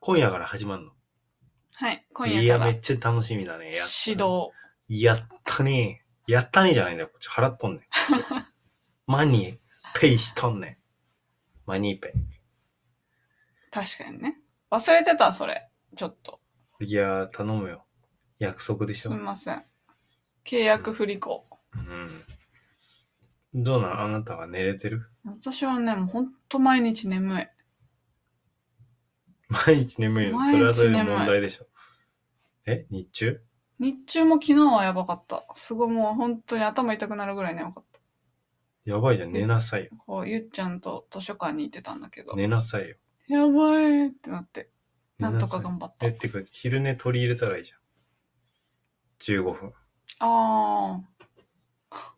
今夜から始まるはい、今の。夜いや、かめらっちゃ楽しみだね。やったね指導。やったね。やったねじゃないんだよ。こっち払っ とんねん。マニーペイしとんねん。マニーペ確かにね。忘れてた、それ。ちょっと。イ。いやー、頼むよ。約束でしすょ。みません。契約不履行。うん。どうなんあなたは寝れてる私はね、もうほんと毎日眠い。毎日眠いの。そ毎日れはそれで眠い問題でしょ。え日中日中も昨日はやばかった。すごいもう本当に頭痛くなるぐらい眠かっやばいじゃん。寝なさいよ。た。こう、ゆっちゃんと図書館に行ってたんだけど、寝なさいよ。やばいってなって、寝なんとさいか頑張ったえ、。ってか、昼寝取り入れたらいいじゃん。15分。あー。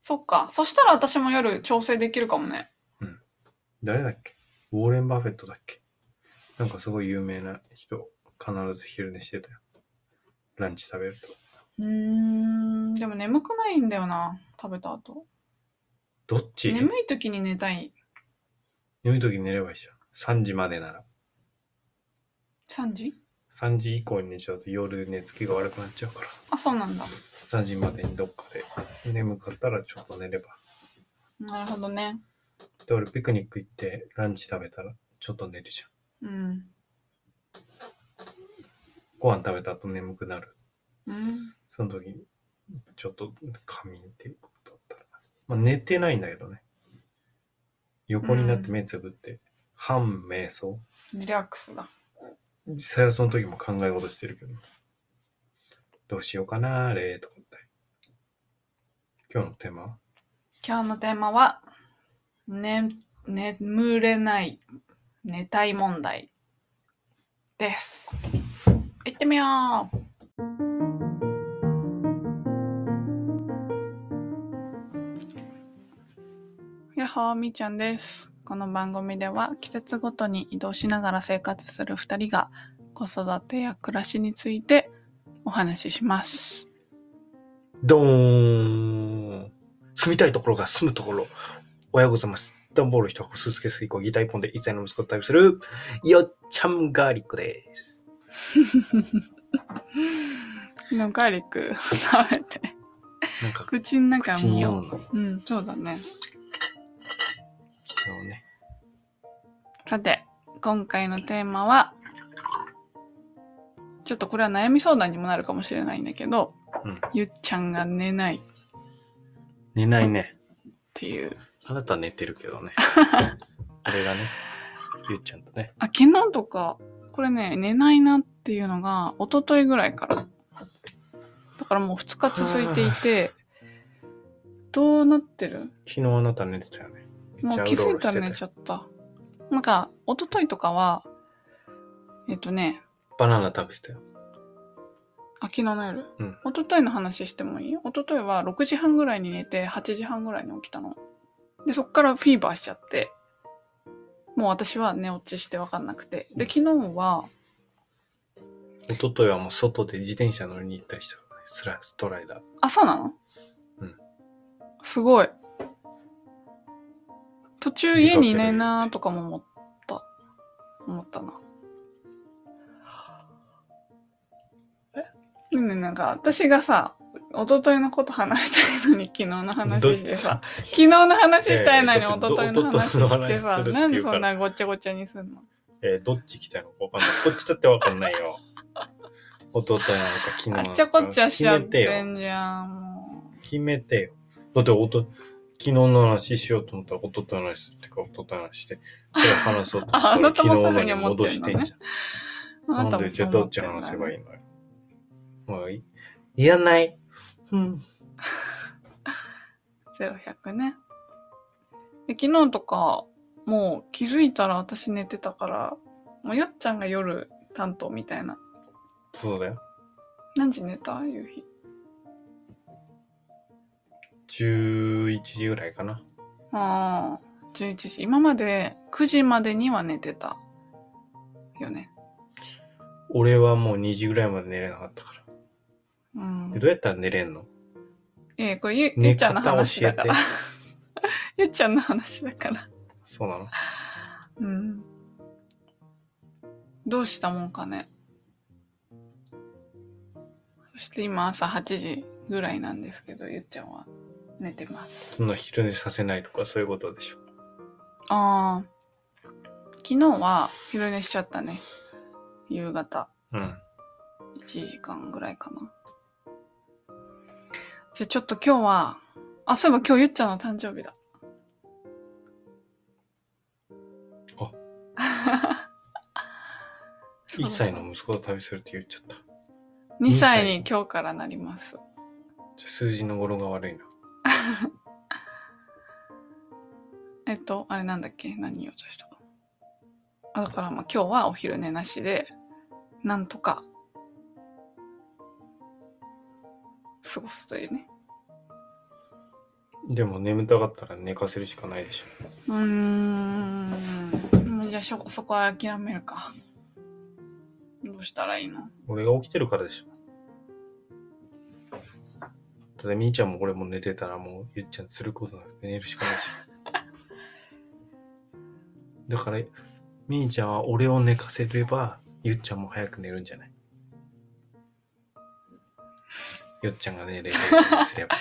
そっか。そしたら私も夜調整できるかもね。誰だっけウォーレン・バフェットだっけなんかすごい有名な人、必ず昼寝してたよ。ランチ食べると。うーん、でも眠くないんだよな。食べた後。どっち眠い時に寝たい。眠い時に寝ればいいじゃん。3時までなら。 3時3時以降に寝ちゃうと夜寝つきが悪くなっちゃうから。あ、そうなんだ。 3時までにどっかで眠かったらちょっと寝れば。なるほどね。で、俺ピクニック行ってランチ食べたらちょっと寝るじゃん。うん。ご飯食べた後眠くなる。うん。その時にちょっと仮眠っていうことだったら。まあ、寝てないんだけどね。横になって目つぶって、半瞑想。リラックスだ。実際はその時も考え事してるけど。どうしようかな、あれ、とかって。今日のテーマは今日のテーマは、ね、眠れない、寝たい問題です。行ってみよう。やっほーみーちゃんです。この番組では季節ごとに移動しながら生活する2人が子育てや暮らしについてお話しします。ドーン住みたいところが住むところ。おはようございます。段ボール一箱、スーツケース一個、ギター一本で一歳の息子と旅する、よっちゃんガーリックです。昨日ガーリック食べてなんか、 口の中口に合もうの。ううんそうだねそうね。さて今回のテーマはちょっとこれは悩み相談にもなるかもしれないんだけど、うんゆっちゃんが寝ないっ寝ないね。ていうあなたは寝てるけ どね。俺がね、ゆっちゃんとね。あ昨日とかこれね寝ないなっていうのが一昨日ぐらいからだからもう2日続いてい てどうなってる昨日あなた寝てたよね。もう気づいたら寝ちゃゃった。なんか、一昨日とかは、えっとね、バナナ食べてたよ。あ昨日の夜、うん一昨日の話してもいい一昨日は6時半ぐらいに寝て、8時半ぐらいに起きたの。で、そっからフィーバーしちゃって、もう私は寝落ちして分かんなくて。で、昨日は、一昨日はもう外で自転車乗りに行ったりしたからね。スラストライダー。朝なのうん。すごい。途中家にいないなーとかも思った。思ったな。えねえなんか私がさ、一昨日のこと話したいのに昨日のどっ話ちしてさ、昨日の話したいのにいや一いやだって昨日の話どしてさ、一昨日の話するっていうからなんでそんなごっちゃごちゃにすんのえーどっち来たのかわかんない。こっちだってわかんない よ。一昨日なのか昨日なのか。あっちゃこっちゃしちゃっ決めててよ。んじゃん、もう。決めてよ。だっておと昨日の話しようと思ったら一昨日の話するってか一昨日の話して、それ話そうと思っ あたあらな昨た日もそういうふのうにに思ってんのね戻してんじゃん。あなんたもでじそうゃあ思どっちてんだね話せばいいのよ。まあいい。いらない。うん。 0100ね。で昨日とか、もう気づいたら私寝てたから、もうよっちゃんが夜担当みたいな。そうだよ。何時寝た夕日。 11時ぐらいかな。ああ、11時。今まで9時までには寝てた。よね。俺はもう2時ぐらいまで寝れなかったから。うんで。どうやったら寝れんのええこれゆゆ寝っちゃんの方話教えだてか。ら。 ゆっちゃんの話だから。そうなのうん。どうしたもんかね。そして今朝8時ぐらいなんですけど、ゆっちゃんは寝てます。そんな昼寝させないとかそういうことでしょ。ああ。昨日は昼寝しちゃったね。夕方。うん。 1時間ぐらいかな。じゃあちょっと今日は、あ、そういえば今日ゆっちゃんの誕生日だ。あそ1うだ歳の息子と旅するって言っちゃった。じゃ2歳に今日からなります。あ数字の語呂が悪いな。えっと、あれなんだっけ何言おうとしたか。あだからまあ今日はお昼寝なしで、なんとか、過ごすというね。でも眠たかったら寝かせるしかないでしょ。うーん。もうじゃあしょそこは諦めるか。どうしたらいいの俺が起きてるからでしょ。ただ、みーちゃんも俺も寝てたらもう、ゆっちゃんすることなくて寝るしか ないでしょ。だから、みーちゃんは俺を寝かせれば、ゆっちゃんも早く寝るんじゃないゆっちゃんが寝れるようにす れば。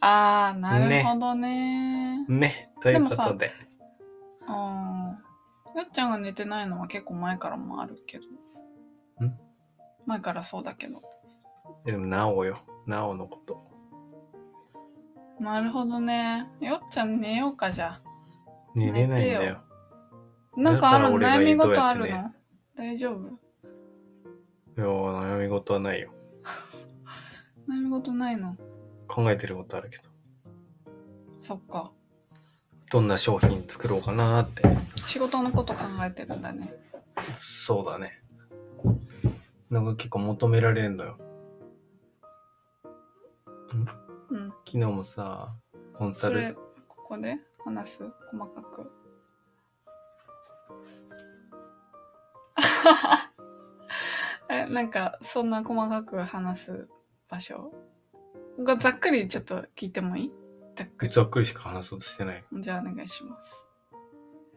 あー、なるほどね。ね、というこでともで。あー。よっちゃんが寝てないのは結構前からもあるけど。ん前からそうだけど。でも、なおよ。なおのこと。なるほどね。よっちゃん寝ようかじゃあ。寝れないん寝だてよよ。なんかあるのだから悩俺みがどう事やあってねるの大丈い夫やー、悩み事はないよ。悩み事ないの考えてることあるけど。そっか。どんな商品作ろうかなーって。仕事のこと考えてるんだね。そうだね。なんか結構求められるのよ。うん。昨日もさ、コンサそれル、、ここで話す細かく。 え、なんか、そんな細かく話す場所がざっくりちょっと聞いてもいいざっくり。ざっくりしか話そうとしてない。じゃあお願いします。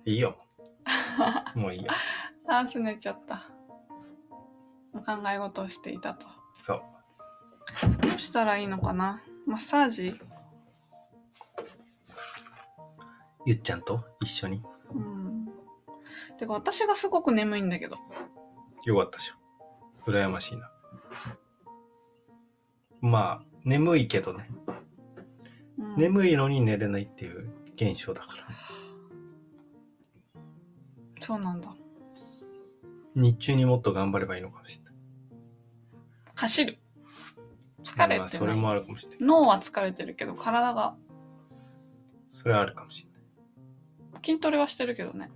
いい よ。もういいよ。あー、すねちゃった。お考え事をしていたと。そう。どうしたらいいのかなマッサージゆっちゃんと一緒に。うん。てか、私がすごく眠いんだけど。よかったじゃん。羨ましいな。まあ、眠いけどね。うん、眠いのに寝れないっていう現象だから。そうなんだ。日中にもっと頑張ればいいのかもしれない。走る。疲れまあ、てそなれい。もあるかもしれない。脳は疲れてるけど、体が、それはあるかもし筋トレはしてるけどね。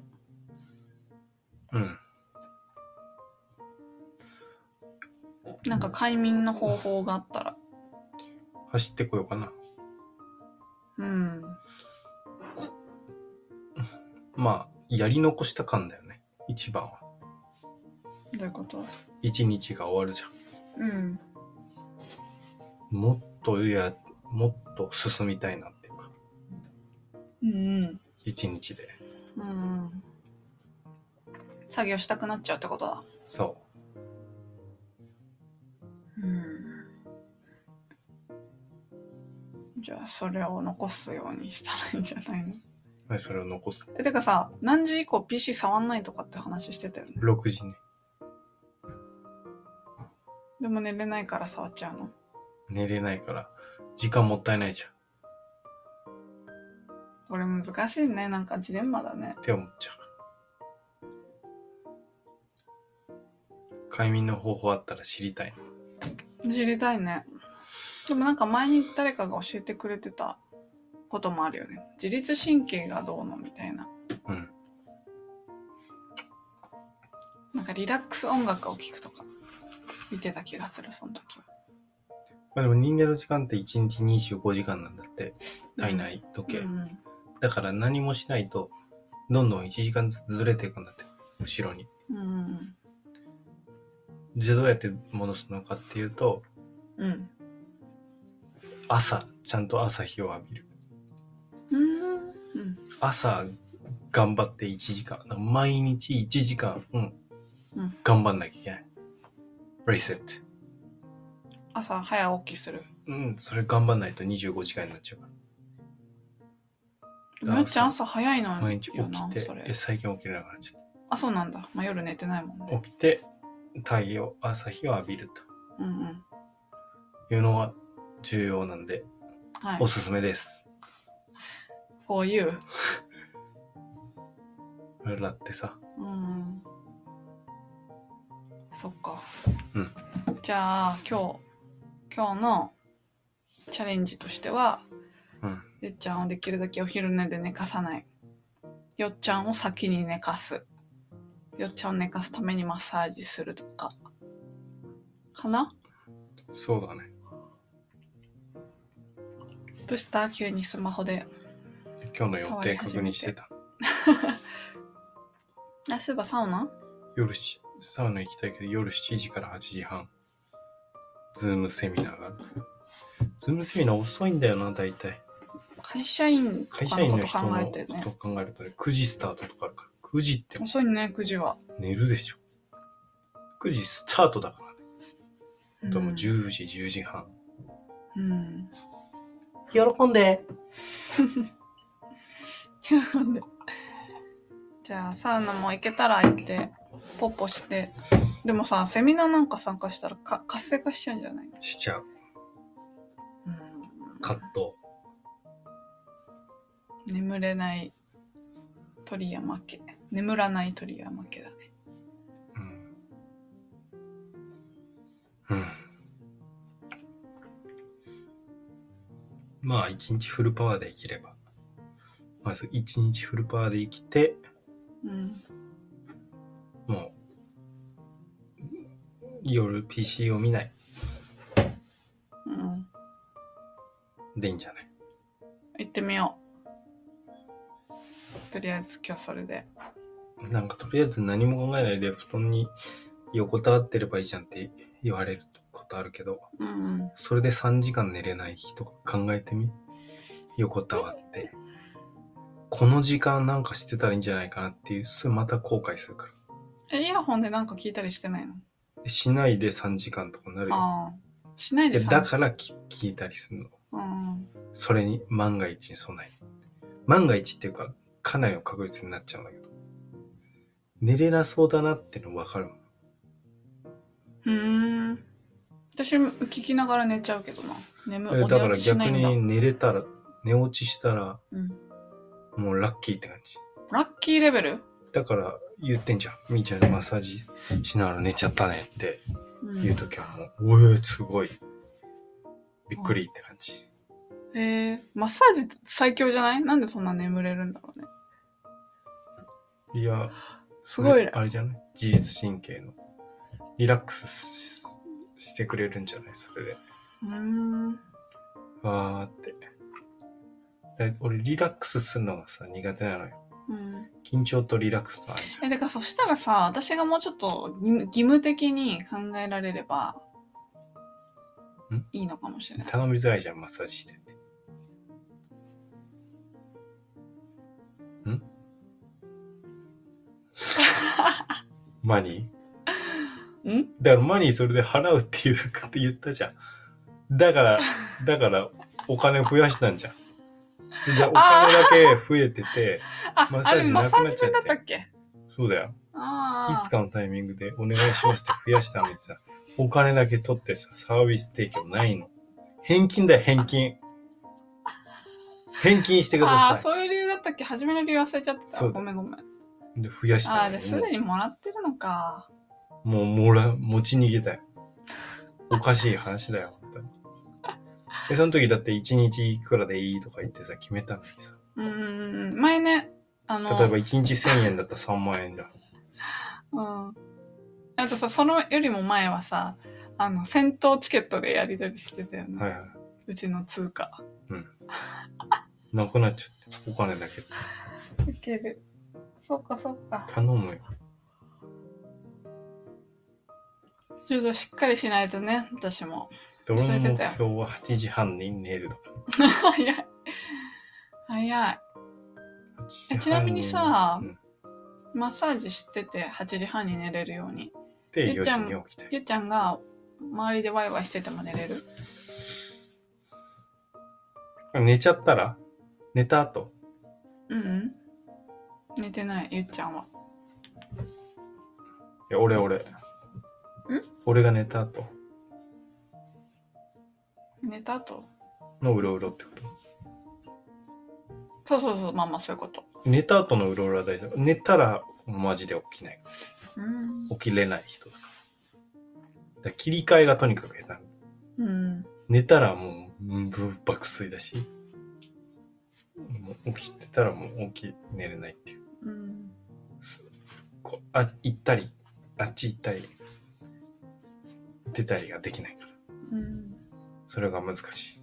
れない。うん。なんか快眠の方法があったら。走ってこようかな。うん。まあ、やり残した感だよね。一番は。どういうこと一日が終わるじゃうん。ん。もっと、いや、もっと進みたいなっていうか、うん一日で。うん。うん。作業したくなっちゃうってことだ。そうん。じゃあ、それを残すようにしたらいいんじゃないの う。はいそれを残す。え、てかさ、何時以降 PC 触んないとかって話してたよね。 6時ね。でも寝れないから触っちゃうの。寝れないから、時間もったいないじゃんこれ難しいね。なんかジレンマだね。って思っちゃう。快眠の方法あったら知りたいな。知りたいね。でもなんか前に誰かが教えてくれてたこともあるよね。自律神経がどうのみたいな。うん。なんかリラックス音楽を聴くとか見てた気がする、その時は。まあでも人間の時間って1日25時間なんだって。体内時計。うんだから何もしないと、どんどん1時間ずつずれていくんだって。後ろに。うん。うん。じゃあどうやって戻すのかっていうと、うん。朝、ちゃんと朝日を浴びる。うん。うん。朝、頑張って1時間。毎日1時間、うん、うん頑張んなきゃいけない。リセット。朝早起きする。うん、それ頑張んないと25時間になっちゃうから。むっちゃん朝早いのよな。毎日起きてそ、れえ、最近起きれなくなっちゃっあ、そうなんだ。まあ、夜寝てないもんた。ね。起きて、太陽、朝日を浴びるうんうん。というのは重要なんで、はいお。すすめです。 for you。だってさ、うん。そっか。うんじゃあ、今日、今日のチャレンジとしては、うん。ゆっちゃんをできるだけお昼寝で寝かさない。よっちゃんを先に寝かす。よっちゃんを寝かすためにマッサージするとか。かなそうだね。どうした急にスマホで。今日の予定確認してた。あ、そういえばサウナ夜し、サウナ行きたいけど、夜7時から8時半。ズームセミナーがあ る。ズームセミナー遅いんだよな、大体。会社員と会か社の員このと人考のえこてねと。を考えるとね、9時スタートとかあるから。9時って遅いね、9時は。寝るでしょ。9時スタートだからね。うんでも10時、10時半。うん。 喜んで喜んで。じゃあ、サウナも行けたら行って、ポッポして。でもさ、セミナーなんか参加したらか活性化しちゃうんじゃないしちゃう。うん葛藤。眠れない鳥山家眠らない鳥山家だねうん。うん。まあ、一日フルパワーで生きれば。まず、一日フルパワーで生きて、うんもう、夜 PC を見ないうんでいいんじゃない行ってみようとりあえず今日それでなんか、とりあえず何も考えないで、布団に横たわってればいいじゃんって言われることあるけど、うんそれで3時間寝れない日とか考えてみ横たわってこの時間なんかしてたらいいんじゃないかなっていうそれまた後悔するかえイヤホンでなんか聞いたりしてないのらしないで3時間とかなるよああしないいでやさだから聞聞いたりするのうんそれに万が一に備え万が一っていうかかなりの確率になっちゃうんだけど寝れなそうだなっての分かるもんうーん私聞きながら寝ちゃうけどな眠えおだ寝から落ちし逆ないんだに寝れたら寝落ちしたらうん、もうラッキーって感じラッキーレベル、だから言ってんじゃん。みーちゃんにマッサージしながら寝ちゃったねってうん、言うへときはもう、うえー、すごい。びっくりって感じ。えマッサージ最強じゃないなんでそんな眠れるんだろうねいや、すごいそれねあれじゃない自律神経の。リラックスししてくれるんじゃないそれで。うーんわーって。え俺、リラックスするのがさ、苦手なのよ。うん緊張とリラックスのあるじゃえん。だからそしたらさ私がもうちょっと義務義務的に考えられればんいいのかもしれない頼みづらいじゃん、マッサージしてて。ん マニーんだからマニーそれで払うっていうって言ったじゃん。だから、だからお金増やしたんじゃん。それでお金だけ増えてて、あマッサあーれジマなッくなサっちゃってージ分だったっけそうだよ。ああいつかのタイミングでお願いしますって増やしたのにさ、お金だけ取ってさ、サービス提供ないの。返金だよ、返金。返金してくあだあさそういう理由だったっけ初めの理由忘れちゃってたそうだごめんごめんい。で、増やしあたあのじゃあにすでにもらってるのかもう、もうもら、持ち逃げたよ。おかしい話だよ、本当に。で、その時だって1日いくらでいいとか言ってさ、決めたのにさ。うーん前ねあの例えば1日1000円だったら3万円だ。うん、あとさそのよりも前はさあの戦闘チケットでやり取りしてたよね、はいはいうちの通貨なくなっちゃって、お金だけ。いけるそうかそうか頼むよ。ちょっとしっかりしないとね私も で俺の忘れて目たよ標は8時半に寝ると。早い。早い。 8時半えちなみにさうんマッサージしてて8時半に寝れるようにで、4ゆっちゃ時んに起きて。ゆっちゃんが周りでワイワイしてても寝れる寝ちゃったら寝た後。うんうん寝てないゆっちゃんはいや、俺、俺。俺が寝た後寝た後のうろうろってこと。そうそうそうまあまあそういうこと寝た後のうろうろは大丈夫。寝たらマジで起きない。うん起きれない人だから。だから切り替えがとにかく下手。うん寝たらもううんぶっ爆睡だし、もう起きてたらもう起き寝れないっていう。うんすこうあ行ったり、あっち行ったり、出たりができないから。うんそれが難しい。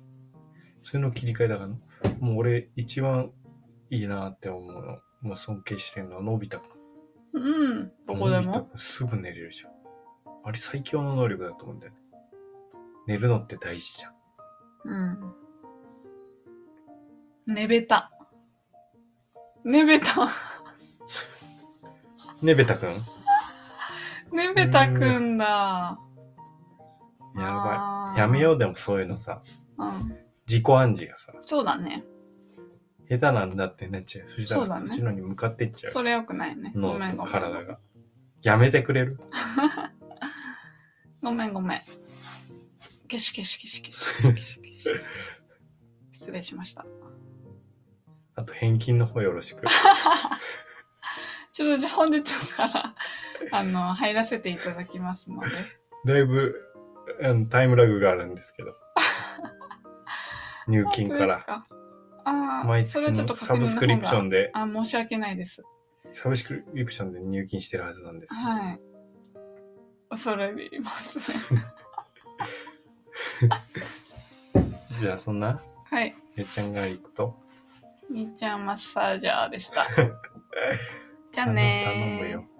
それの切り替えだから、もう俺一番いいなって思うの。もう尊敬してるのはのび太くん。うんどこでのび太もくんすぐ寝れるじゃん。あれ最強の能力だと思うんだよね。寝るのって大事じゃん。うん寝べた寝べた ね、ベタくんやねべたくんだ。ばばい。やめようでもそういうのさ、う。うん。自己暗示がさ、そうだね。下手なんだってなっちゃう。そしたらそうさ、だねそっちのに向かってっちゃう。それよくないね。ご脳めんごとめん。体が。やめてくれるごめんごめん。消し消し消し 消し消し消し。失礼しました。あと返金の方よろしく。ちょっとじゃあ本日から あの入らせていただきますので。だいぶ、うん、タイムラグがあるんですけど。入金か本ら。当ですか。あ毎あ、月それはちょっとのサブスク確リ認のプショ方がンで、あ、申し訳ないです。サブスクリプションで入金してるはずなんですけど。はい。恐れ入ります ね。じゃあそんな、はい。えっちゃんが行くと、 みーちゃんマッサージャーでした。じゃああの頼ねー。むよ。